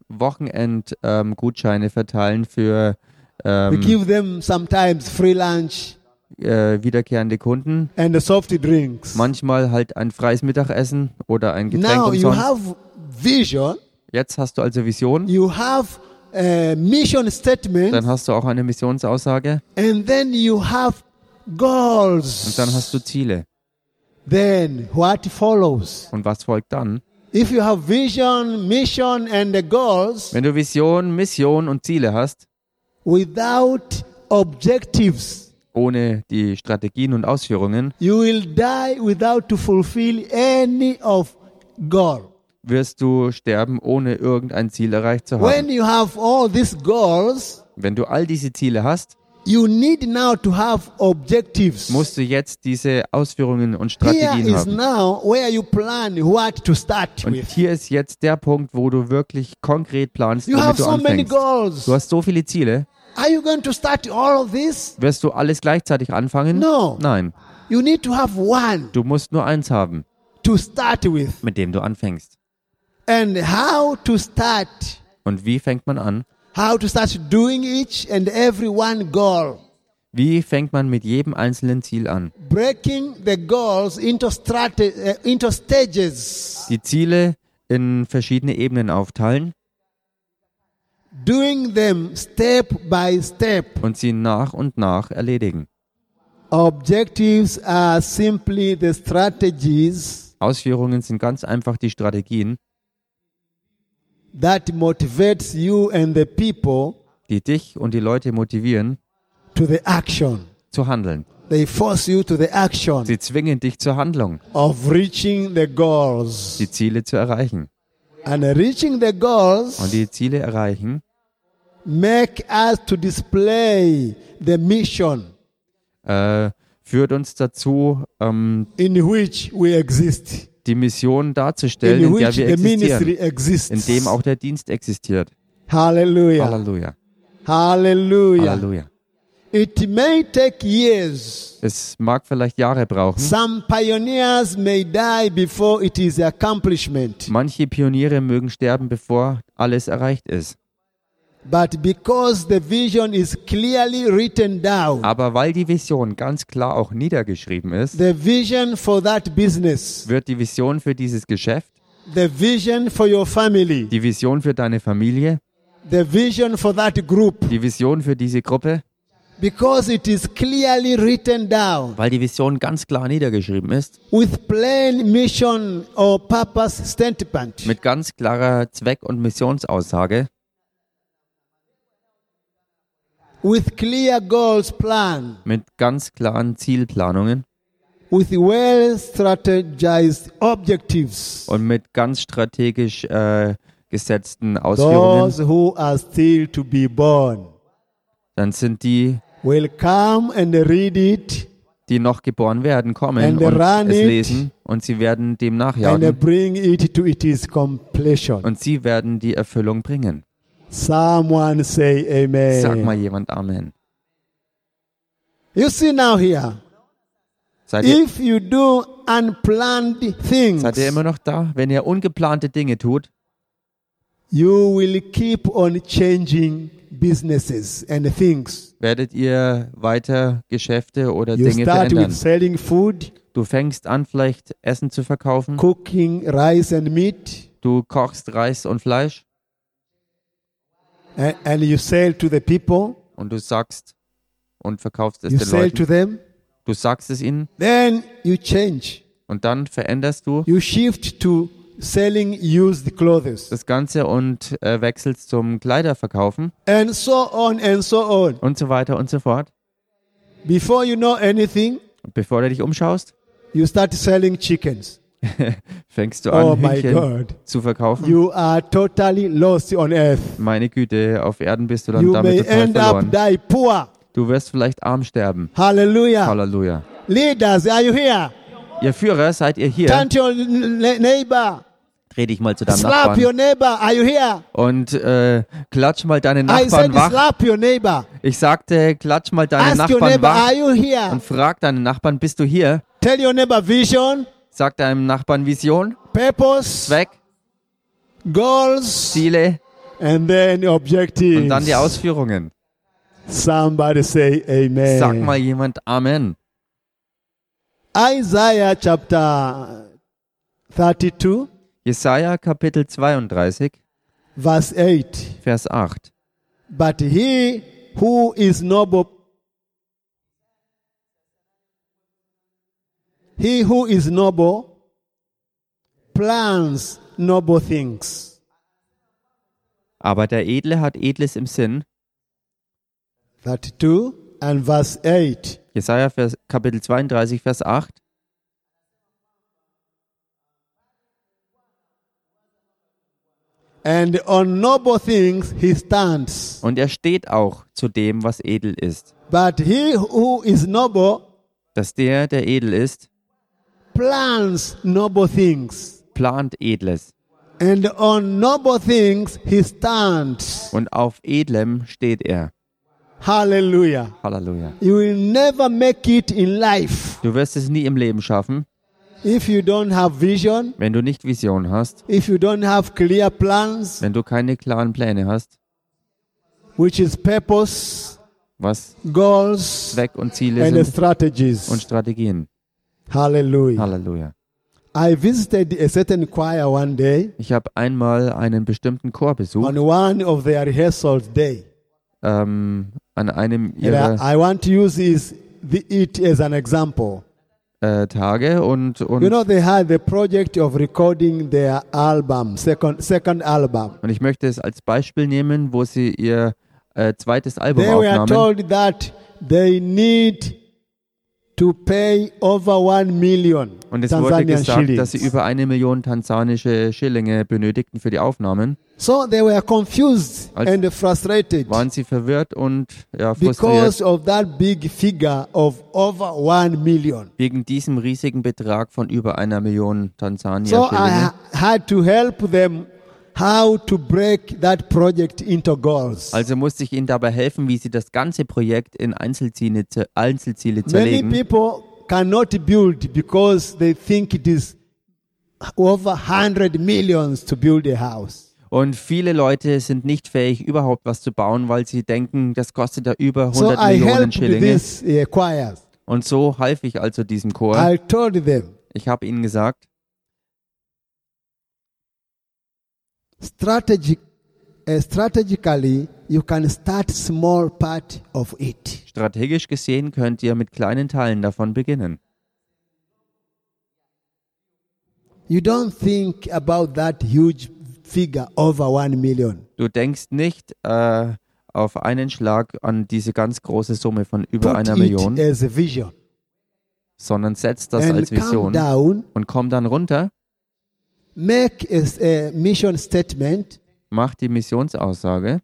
B: Wochenend-Gutscheine verteilen für
A: We
B: ähm,
A: give them sometimes free lunch
B: äh, wiederkehrende Kunden.
A: and soft drinks.
B: Manchmal halt ein freies Mittagessen oder ein Getränk
A: Now you
B: umsonst.
A: have vision,
B: Jetzt hast du also Vision,
A: you have a mission
B: dann
A: statement,
B: hast du auch eine Missionsaussage
A: and then you have
B: und dann
A: goals.
B: hast du Ziele.
A: Then what follows?
B: Und was folgt dann?
A: If you have vision, mission, and the goals
B: Wenn du Vision, Mission und Ziele hast,
A: without objectives,
B: ohne die Strategien und Ausführungen,
A: you will die without to fulfill any of goal.
B: wirst du sterben, ohne irgendein Ziel erreicht zu haben.
A: When you have all these goals,
B: Wenn du all diese Ziele hast,
A: you need now to have objectives.
B: musst du jetzt diese Ausführungen und
A: Here
B: Strategien
A: is
B: haben.
A: now where you plan what to start
B: Und
A: with.
B: hier ist jetzt der Punkt, wo du wirklich konkret planst,
A: You have
B: womit du
A: so many
B: anfängst.
A: goals.
B: Du hast so viele Ziele,
A: Are you going to start all of this?
B: wirst du alles gleichzeitig anfangen?
A: Mm-hmm. No.
B: Nein,
A: You need to have one
B: du musst nur eins haben,
A: to start with.
B: mit dem du anfängst.
A: And how to start.
B: Und wie fängt man an?
A: How to start doing each and every one goal.
B: Wie fängt man mit jedem einzelnen Ziel an?
A: Breaking the goals into, strate- uh, into stages.
B: Die Ziele in verschiedene Ebenen aufteilen
A: Doing them step by step.
B: und sie nach und nach erledigen.
A: Objectives are simply the strategies
B: Ausführungen sind ganz einfach die Strategien,
A: that motivates you and the people
B: die dich und die Leute motivieren,
A: to the action.
B: zu handeln.
A: They force you to the action
B: Sie zwingen dich zur Handlung,
A: of reaching the goals.
B: die Ziele zu erreichen.
A: And reaching the
B: Und
A: goals
B: die Ziele erreichen
A: make us to display the mission
B: äh, führt uns dazu, ähm,
A: in which we exist,
B: die Mission darzustellen,
A: in
B: in der
A: which
B: wir
A: the
B: existieren,
A: ministry exists.
B: in dem auch der Dienst existiert.
A: Hallelujah.
B: Halleluja.
A: Hallelujah.
B: Halleluja.
A: It may take years.
B: Es mag vielleicht Jahre brauchen.
A: Some pioneers may die before it is accomplishment.
B: Manche Pioniere mögen sterben, bevor alles erreicht ist.
A: But because the vision is clearly written down,
B: Aber weil die Vision ganz klar auch niedergeschrieben ist,
A: the vision for that business,
B: wird die Vision für dieses Geschäft,
A: the vision for your family,
B: die Vision für deine Familie,
A: the vision for that group,
B: die Vision für diese Gruppe,
A: Because it is clearly written down
B: weil die Vision ganz klar niedergeschrieben ist,
A: with plain mission or purpose statement.
B: mit ganz klarer Zweck- und Missionsaussage,
A: With clear goals plan,
B: mit ganz klaren Zielplanungen
A: with well strategized objectives.
B: und mit ganz strategisch äh, gesetzten
A: Those
B: Ausführungen,
A: who are still to be born
B: dann sind die,
A: will come and read it
B: die noch geboren werden, kommen
A: And
B: und
A: run
B: es
A: it.
B: lesen und sie werden dem
A: and
B: nachjagen
A: bring it to its completion.
B: und sie werden die Erfüllung bringen.
A: Someone say
B: Sag mal
A: amen.
B: jemand Amen.
A: You see now here,
B: Seid ihr,
A: if you do unplanned things,
B: seid ihr immer noch da? Wenn ihr ungeplante Dinge tut,
A: you will keep on changing businesses and things.
B: werdet ihr weiter Geschäfte oder
A: You
B: Dinge
A: start with
B: verändern.
A: selling food,
B: Du fängst an, vielleicht Essen zu verkaufen.
A: cooking rice and meat,
B: Du kochst Reis und Fleisch
A: and, and you sell to the people,
B: und du sagst und verkaufst es
A: you
B: den
A: sell
B: Leuten.
A: to them,
B: Du sagst es ihnen
A: then you change.
B: und dann veränderst du
A: You shift to selling used clothes,
B: das Ganze und äh, wechselst zum Kleiderverkaufen
A: and so on and so on.
B: und so weiter und so fort.
A: Before you know anything,
B: Und bevor du dich umschaust,
A: you start selling chickens.
B: fängst du an,
A: Oh my
B: Hühnchen
A: God.
B: zu verkaufen.
A: You are totally lost on earth.
B: Meine Güte, auf Erden bist du dann
A: You
B: damit
A: may
B: total
A: end up
B: verloren.
A: die poor.
B: Du wirst vielleicht arm sterben.
A: Hallelujah.
B: Halleluja.
A: Leaders, are you here?
B: Ihr Führer, seid ihr hier?
A: Turn to your ne- neighbor.
B: Dreh dich mal zu deinem
A: Slap your
B: Nachbarn
A: neighbor. Are you here?
B: und äh, klatsch mal deine
A: I said
B: Nachbarn wach.
A: slap your neighbor.
B: Ich sagte, klatsch mal deine
A: Ask your
B: Nachbarn
A: neighbor, are
B: wach
A: you here?
B: und frag deinen Nachbarn, bist du hier?
A: Tell your neighbor vision,
B: Sag deinem Nachbarn Vision,
A: purpose,
B: Zweck,
A: goals,
B: Ziele
A: and then objectives.
B: und dann die Ausführungen.
A: Somebody say amen.
B: Sag mal jemand Amen.
A: Isaiah chapter 32,
B: Jesaja Kapitel 32,
A: verse 8.
B: Vers 8.
A: But he who is noble, he who is noble plans noble things.
B: Aber der Edle hat Edles im Sinn.
A: 32 and verse 8.
B: Jesaja Vers, Kapitel 32, Vers 8.
A: And on noble things he stands.
B: Und er steht auch zu dem, was edel ist.
A: But he who is noble
B: Dass der, der edel ist,
A: plans noble things.
B: plant Edles.
A: And on noble things he stands.
B: Und auf Edlem steht er.
A: Hallelujah.
B: Halleluja.
A: You will never make it in life.
B: Du wirst es nie im Leben schaffen,
A: If you don't have vision,
B: wenn du nicht Vision hast,
A: if you don't have clear plans,
B: wenn du keine klaren Pläne hast,
A: which is purpose,
B: was
A: goals,
B: Zweck und Ziele
A: and
B: sind und
A: strategies.
B: Strategien.
A: Hallelujah.
B: Halleluja.
A: I visited a certain choir one day
B: Ich habe einmal einen bestimmten Chor besucht,
A: on one of their rehearsals day.
B: ähm, an einem
A: And
B: ihrer
A: I, I want to use is the, it as an example.
B: äh, Tage und, und
A: You know, they had the project of recording their album, second, second album.
B: Und ich möchte es als Beispiel nehmen, wo sie ihr äh, zweites Album
A: They were
B: aufnahmen.
A: told that they need to pay over one million
B: Und es wurde
A: Tanzanian
B: gesagt, dass
A: shillings.
B: sie über eine Million tansanische Schillinge benötigten für die Aufnahmen.
A: So they were confused
B: Als-
A: and frustrated
B: Waren sie verwirrt und ja, frustriert
A: because of that big figure of over 1 million.
B: wegen diesem riesigen Betrag von über einer
A: So
B: Million
A: I
B: Tansania-Schillinge.
A: ha- had to help them how to break that project into goals.
B: Also musste ich ihnen dabei helfen, wie sie das ganze Projekt in Einzelziele, zer- Einzelziele
A: Many
B: zerlegen.
A: people cannot build because they think it is over 100 millions to build a house.
B: Und viele Leute sind nicht fähig, überhaupt was zu bauen, weil sie denken, das kostet ja über
A: So
B: 100
A: I
B: Millionen
A: helped
B: Schillinge.
A: these uh, choirs.
B: Und so half ich also diesem Chor.
A: I told them,
B: Ich habe ihnen gesagt,
A: strategic, uh, strategically, you can start small part of it.
B: strategisch gesehen könnt ihr mit kleinen Teilen davon beginnen.
A: You don't think about that huge figure over 1 million.
B: Du denkst nicht äh, auf einen Schlag an diese ganz große Summe von über
A: Put
B: einer
A: it
B: Million,
A: as a vision.
B: sondern setzt das
A: and
B: als
A: calm
B: Vision
A: down,
B: und komm dann runter,
A: make a, s- a mission statement
B: mach die Missionsaussage,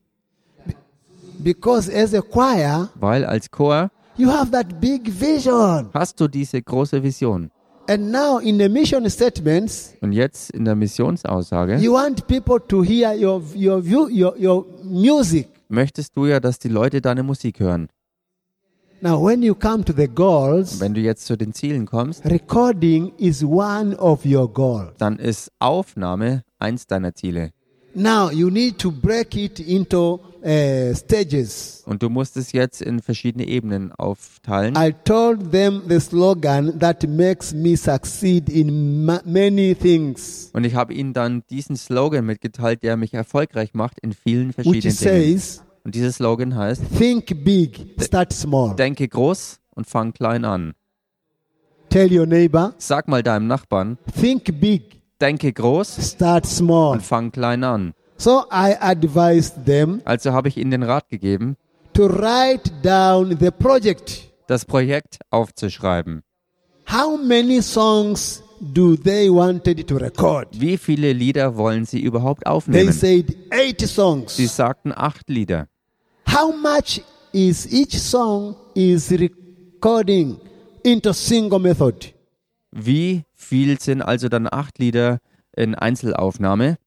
A: because as a choir,
B: weil als Chor
A: you have that big vision.
B: hast du diese große Vision.
A: And now in the mission statements,
B: Und jetzt in der Missionsaussage
A: you want people to hear your, your, view, your, your music.
B: möchtest du ja, dass die Leute deine Musik hören.
A: Now, when you come to the goals,
B: Wenn du jetzt zu den Zielen kommst,
A: recording is one of your goals.
B: dann ist Aufnahme eins deiner Ziele.
A: Now, you need to break it into uh, stages.
B: Und du musst es jetzt in verschiedene Ebenen aufteilen.
A: I told them the slogan that makes me succeed in ma- many things,
B: Und ich habe ihnen dann diesen Slogan mitgeteilt, der mich erfolgreich macht in vielen
A: which
B: verschiedenen Dingen.
A: says,
B: Und dieser Slogan heißt,
A: Think big, start small.
B: denke groß und fang klein an.
A: Tell your neighbor,
B: Sag mal deinem Nachbarn,
A: think big,
B: denke groß
A: start small.
B: und fang klein an.
A: So I advised them
B: Also habe ich ihnen den Rat gegeben,
A: to write down the project.
B: das Projekt aufzuschreiben.
A: How many songs do they wanted to record?
B: Wie viele Lieder wollen sie überhaupt
A: They
B: aufnehmen?
A: said 80
B: Sie
A: songs.
B: sagten acht Lieder.
A: How much is each song is recording into single method?
B: Wie viel sind also dann acht Lieder in Einzelaufnahme?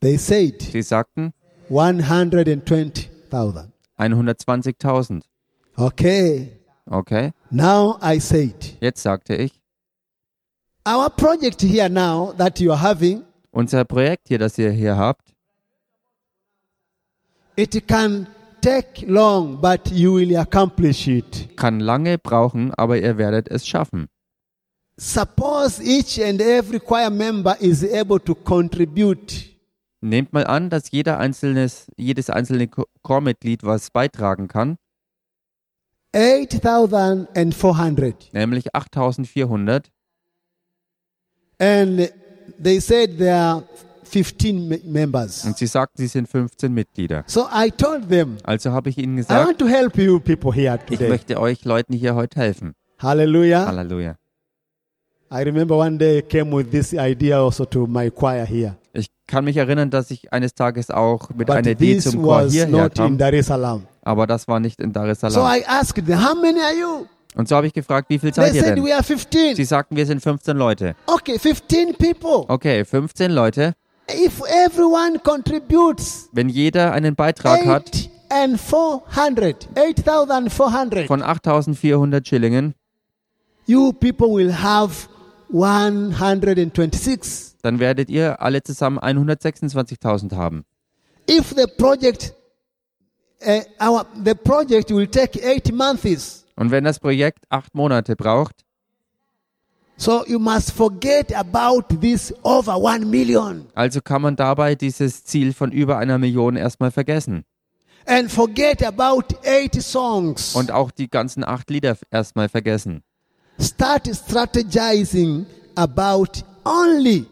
A: They said
B: Sie sagten
A: 120,000.
B: 120.000.
A: Okay.
B: Okay,
A: Now I said
B: jetzt sagte ich,
A: our project here now that you are having
B: unser Projekt hier, das ihr hier habt,
A: It can take long, but you will accomplish it.
B: kann lange brauchen, aber ihr werdet es schaffen.
A: Suppose each and every choir member is able to contribute.
B: Nehmt mal an, dass jeder einzelnes, jedes einzelne Cho- Chormitglied was beitragen kann,
A: 8,400.
B: nämlich 8400.
A: And they said there are 15 me- members.
B: Und sie sagten, sie sind 15 Mitglieder.
A: So I told them,
B: Also habe ich ihnen
A: I
B: gesagt,
A: want to help you people here
B: ich
A: today.
B: möchte euch Leuten hier heute helfen.
A: Hallelujah.
B: Halleluja.
A: I remember one day I came with this idea also to my choir here.
B: Ich kann mich erinnern, dass ich eines Tages auch mit
A: But
B: einer Idee
A: this
B: zum Chor
A: was
B: hierher
A: not in
B: kam,
A: Dar es Salaam.
B: aber das war nicht in Dar es
A: So
B: Salaam.
A: I asked them, how many are you?
B: Und so habe ich gefragt, wie viel
A: They
B: seid ihr
A: said
B: denn?
A: we are 15.
B: Sie sagten, wir sind 15 Leute.
A: Okay, 15 people.
B: Okay, 15 Leute.
A: If everyone contributes
B: Wenn jeder einen Beitrag hat
A: 8 and 400, 8,400,
B: von 8400 Schillingen,
A: you people will have 126.
B: dann werdet ihr alle zusammen 126.000 haben.
A: If the project, uh, our, the project will take 8 months.
B: Und wenn das Projekt acht Monate braucht,
A: So you must forget about this over 1 million
B: also kann man dabei dieses Ziel von über einer Million erstmal vergessen.
A: and forget about 8 songs.
B: Und auch die ganzen acht Lieder erstmal vergessen.
A: start strategizing about only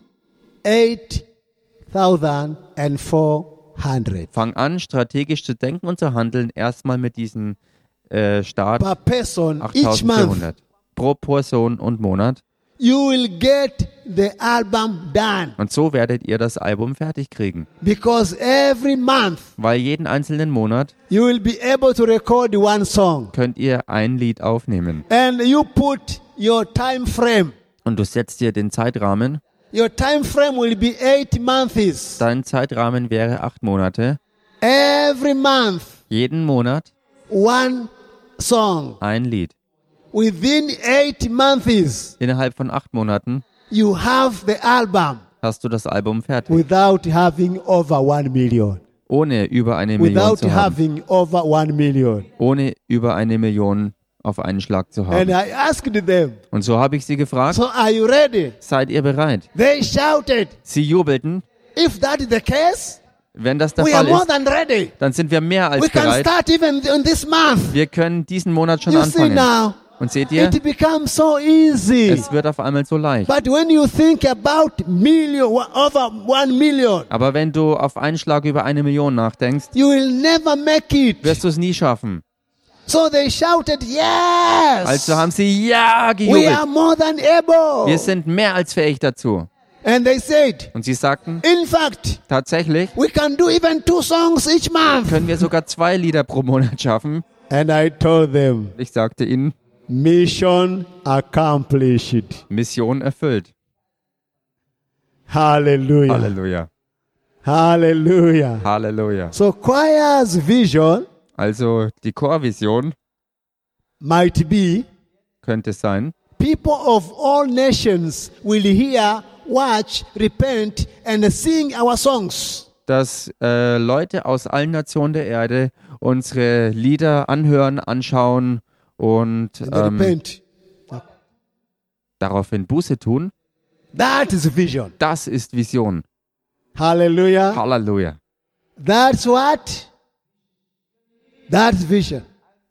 A: 8,400
B: Fang an, strategisch zu denken und zu handeln, erstmal mit diesem äh, Start
A: per person each month.
B: 8400 pro Person und Monat.
A: You will get the album done
B: Und so werdet ihr das Album fertig kriegen.
A: because every month
B: Weil jeden einzelnen Monat
A: you will be able to record one song
B: könnt ihr ein Lied aufnehmen.
A: and you put your time frame.
B: Und du setzt dir den Zeitrahmen.
A: Your time frame will be eight months.
B: Dein Zeitrahmen wäre acht Monate.
A: Every month,
B: Jeden Monat
A: one song.
B: ein Lied.
A: Within eight months,
B: Innerhalb von acht Monaten
A: you have the album
B: hast du das Album fertig.
A: without having over 1 million.
B: Ohne über eine Million
A: Without
B: zu haben.
A: having over 1 million.
B: Ohne über eine Million auf einen Schlag zu
A: And
B: haben.
A: I asked them,
B: Und so habe ich sie gefragt,
A: So are you ready?
B: seid ihr bereit?
A: They shouted,
B: Sie jubelten.
A: If that is the case,
B: Wenn das der
A: we are
B: Fall
A: more
B: ist,
A: than ready.
B: dann sind wir mehr
A: We
B: als
A: can
B: bereit.
A: start even in this month.
B: Wir können diesen Monat schon
A: You see
B: anfangen.
A: now,
B: Und seht ihr,
A: it becomes so easy.
B: es wird auf einmal so leicht.
A: But when you think about million, over 1 million,
B: Aber wenn du auf einen Schlag über eine Million nachdenkst,
A: you will never make it.
B: wirst du es nie schaffen.
A: So they shouted, Yes!
B: Also haben sie
A: We
B: ja
A: are
B: gejubelt.
A: more than able.
B: Wir sind mehr als fähig dazu.
A: And they said,
B: Und sie sagten,
A: in fact,
B: tatsächlich
A: we can do even two songs each month.
B: können wir sogar zwei Lieder pro Monat schaffen.
A: And I told them,
B: Ich sagte ihnen,
A: mission accomplished.
B: Mission erfüllt.
A: Hallelujah.
B: Halleluja.
A: Hallelujah.
B: Halleluja.
A: So choir's vision
B: Also die Chorvision
A: might be,
B: könnte sein.
A: people of all nations will hear, watch, repent, and sing our songs.
B: dass äh, Leute aus allen Nationen der Erde unsere Lieder anhören, anschauen und
A: And they
B: ähm,
A: repent.
B: daraufhin Buße tun.
A: That is vision.
B: Das ist Vision.
A: Hallelujah.
B: Halleluja.
A: That's what? That's vision.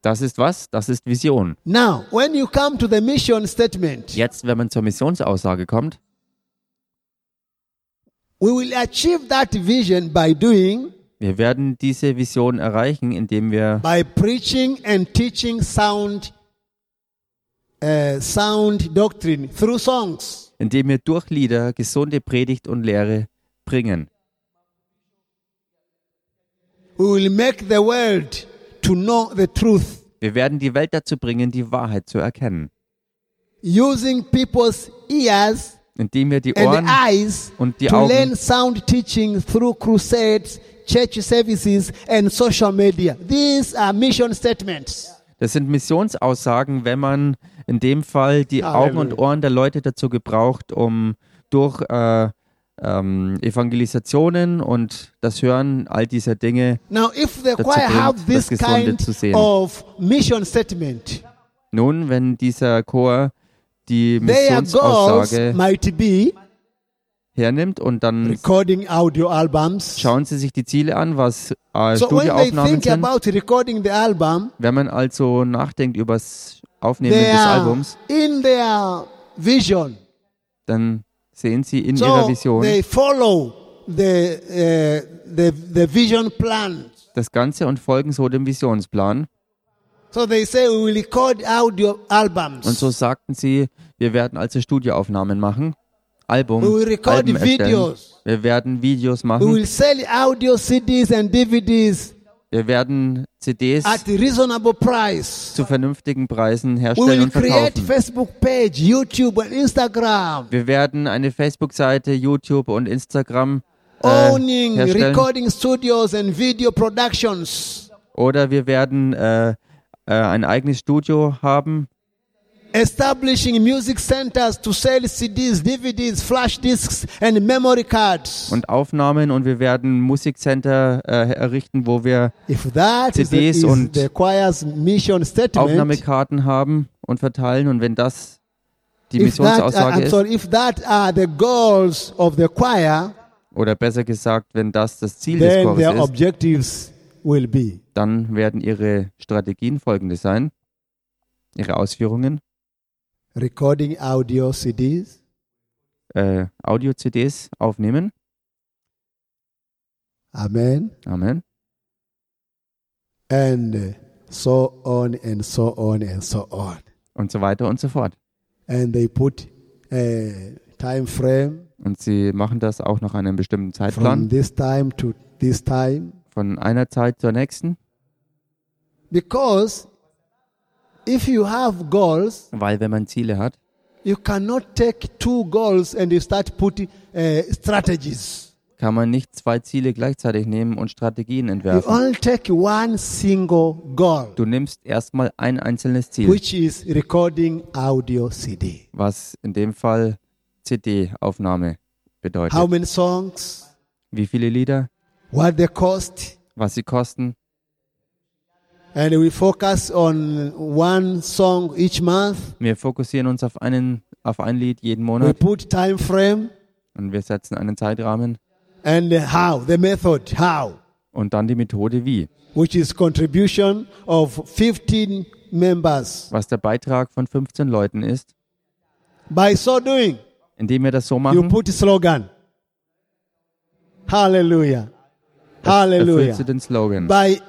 B: Das ist was? Das ist Vision.
A: Now, when you come to the mission statement,
B: Jetzt, wenn man zur Missionsaussage kommt,
A: we will achieve that vision by doing,
B: wir werden diese Vision erreichen, indem wir
A: by preaching and teaching sound, uh, sound doctrine through songs.
B: indem wir durch Lieder gesunde Predigt und Lehre bringen.
A: We will make the world to know the truth
B: Wir werden die Welt dazu bringen, die Wahrheit zu erkennen,
A: using people's ears
B: indem wir die
A: and
B: Ohren
A: eyes
B: und die
A: to
B: Augen.
A: learn sound teaching through crusades, church services, and social media. These are mission statements.
B: Das sind Missionsaussagen, wenn man in dem Fall die
A: Halleluja.
B: Augen und Ohren der Leute dazu gebraucht, um durch äh, ähm, Evangelisationen und das Hören all dieser Dinge
A: Now, if the
B: Dazu
A: choir
B: bringt,
A: have this
B: das Gesunde
A: kind
B: zu sehen.
A: of mission statement,
B: nun, wenn dieser Chor die
A: their goals
B: Missionsaussage
A: might be
B: hernimmt und dann
A: recording audio albums.
B: schauen sie sich die Ziele an, was äh,
A: So when they
B: Studioaufnahmen
A: think
B: sind.
A: about recording the album,
B: Wenn man also nachdenkt über das Aufnehmen
A: they
B: des
A: are
B: Albums,
A: in their vision.
B: dann sehen sie in ihrer
A: So
B: Vision
A: they follow the, uh, the, the vision plan.
B: das Ganze und folgen so dem Visionsplan.
A: So they say we will record audio albums.
B: Und so sagten sie, wir werden also Studioaufnahmen machen, Album,
A: We will record
B: Alben erstellen.
A: videos.
B: Wir werden Videos
A: we
B: machen,
A: will sell audio CDs and DVDs
B: wir werden CDs
A: at a reasonable price.
B: zu vernünftigen Preisen
A: We
B: herstellen
A: will
B: und
A: create
B: verkaufen.
A: Facebook page, YouTube and Instagram.
B: Wir werden eine Facebook-Seite, YouTube und Instagram äh,
A: Owning
B: herstellen.
A: recording studios and video productions.
B: Oder wir werden äh, äh, ein eigenes Studio haben.
A: Establishing music centers to sell CDs, DVDs, flash discs and memory cards.
B: Und Aufnahmen und wir werden Musikcenter äh, errichten, wo wir
A: If that is the,
B: CDs
A: is
B: und
A: the choir's mission statement,
B: Aufnahmekarten haben und verteilen. Und wenn das die
A: if that, I-
B: Missionsaussage
A: äh, I'm
B: ist,
A: sorry, if that are the goals of the choir,
B: Oder besser gesagt, wenn das das Ziel des
A: then their
B: Chores ist,
A: objectives will be.
B: dann werden ihre Strategien folgende sein. Ihre Ausführungen,
A: recording audio CDs,
B: äh, Audio-CDs aufnehmen.
A: amen,
B: Amen.
A: and uh, so on and so on and so on.
B: Und so weiter und so fort.
A: And they put a time frame
B: Und sie machen das auch nach einem
A: from
B: bestimmten Zeitplan,
A: this time to this time
B: von einer Zeit zur nächsten,
A: because if you have goals,
B: weil wenn man Ziele hat,
A: you cannot take two goals and you start putting uh, strategies.
B: kann man nicht zwei Ziele gleichzeitig nehmen und Strategien
A: You
B: entwerfen.
A: only take one single goal,
B: Du nimmst erstmal ein einzelnes Ziel,
A: which is recording audio CD.
B: was in dem Fall CD-Aufnahme
A: How
B: bedeutet.
A: many songs?
B: Wie viele Lieder,
A: What the cost?
B: was sie kosten,
A: And we focus on one song each month.
B: Wir fokussieren uns auf, einen, auf ein Lied jeden
A: We
B: Monat
A: put time frame
B: und wir setzen einen Zeitrahmen
A: and how, the method, how,
B: und dann die Methode wie,
A: which is contribution of 15 members.
B: was der Beitrag von 15 Leuten ist.
A: By so doing,
B: Indem wir das so
A: you
B: machen,
A: put slogan. Hallelujah.
B: erfüllst du
A: Hallelujah.
B: den Slogan.
A: By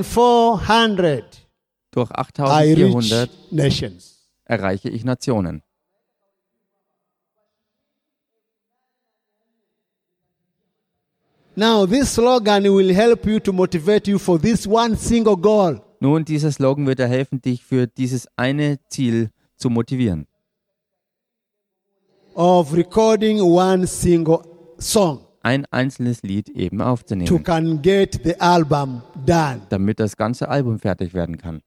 A: 8,400,
B: Durch
A: I reach
B: 8400
A: nations.
B: erreiche ich Nationen.
A: Now, this slogan will help you to motivate you for this one single goal.
B: Nun, dieser Slogan wird dir helfen, dich für dieses eine Ziel zu motivieren,
A: of recording one single song
B: ein einzelnes Lied eben
A: to
B: aufzunehmen,
A: can get the album done.
B: damit das ganze Album fertig werden kann.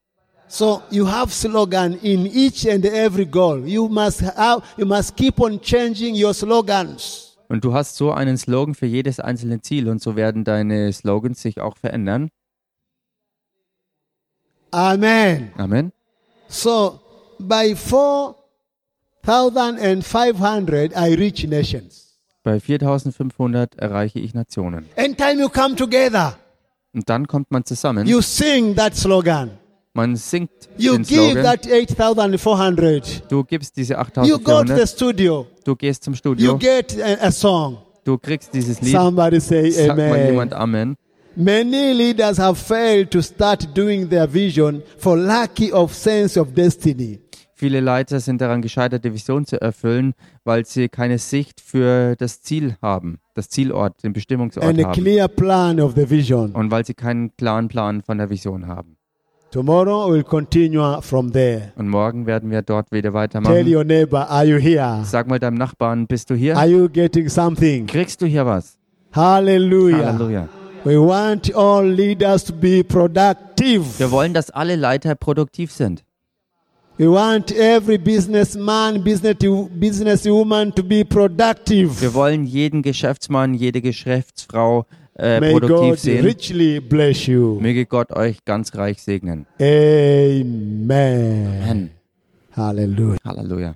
A: So you have slogan in each and every goal. You must have, you must keep on changing your slogans.
B: Und du hast so einen Slogan für jedes einzelne Ziel und so werden deine Slogans sich auch verändern.
A: Amen.
B: Amen.
A: So by 4,500, I reach nations.
B: Bei 4500 erreiche ich Nationen.
A: And time you come together,
B: Und dann kommt man zusammen,
A: you sing that slogan.
B: man singt
A: You
B: den
A: give
B: Slogan,
A: that 8,400.
B: du gibst diese
A: You go to the
B: 8400,
A: studio.
B: du gehst zum
A: You
B: Studio,
A: get a, a song.
B: du kriegst dieses Lied,
A: Somebody say
B: sagt mal
A: amen.
B: jemand Amen.
A: Many leaders have failed to start doing their vision for lack of sense of destiny.
B: Viele Leiter sind daran gescheitert, die Vision zu erfüllen, weil sie keine Sicht für das Ziel haben, das Zielort, den Bestimmungsort
A: and a
B: haben
A: clear plan of the vision.
B: und weil sie keinen klaren Plan von der Vision haben.
A: Tomorrow we'll continue from there.
B: Und morgen werden wir dort wieder
A: Tell
B: weitermachen.
A: your neighbor, are you here?
B: Sag mal deinem Nachbarn, bist du hier?
A: Are you getting something?
B: Kriegst du hier was?
A: Hallelujah.
B: Halleluja.
A: We want all leaders to be productive.
B: Wir wollen, dass alle Leiter produktiv sind.
A: We want every businessman, business businesswoman to be productive.
B: Wir wollen jeden Geschäftsmann, jede Geschäftsfrau äh,
A: May
B: produktiv
A: God
B: sehen.
A: richly bless you.
B: Möge Gott euch ganz reich segnen.
A: Amen.
B: Amen.
A: Hallelujah.
B: Halleluja.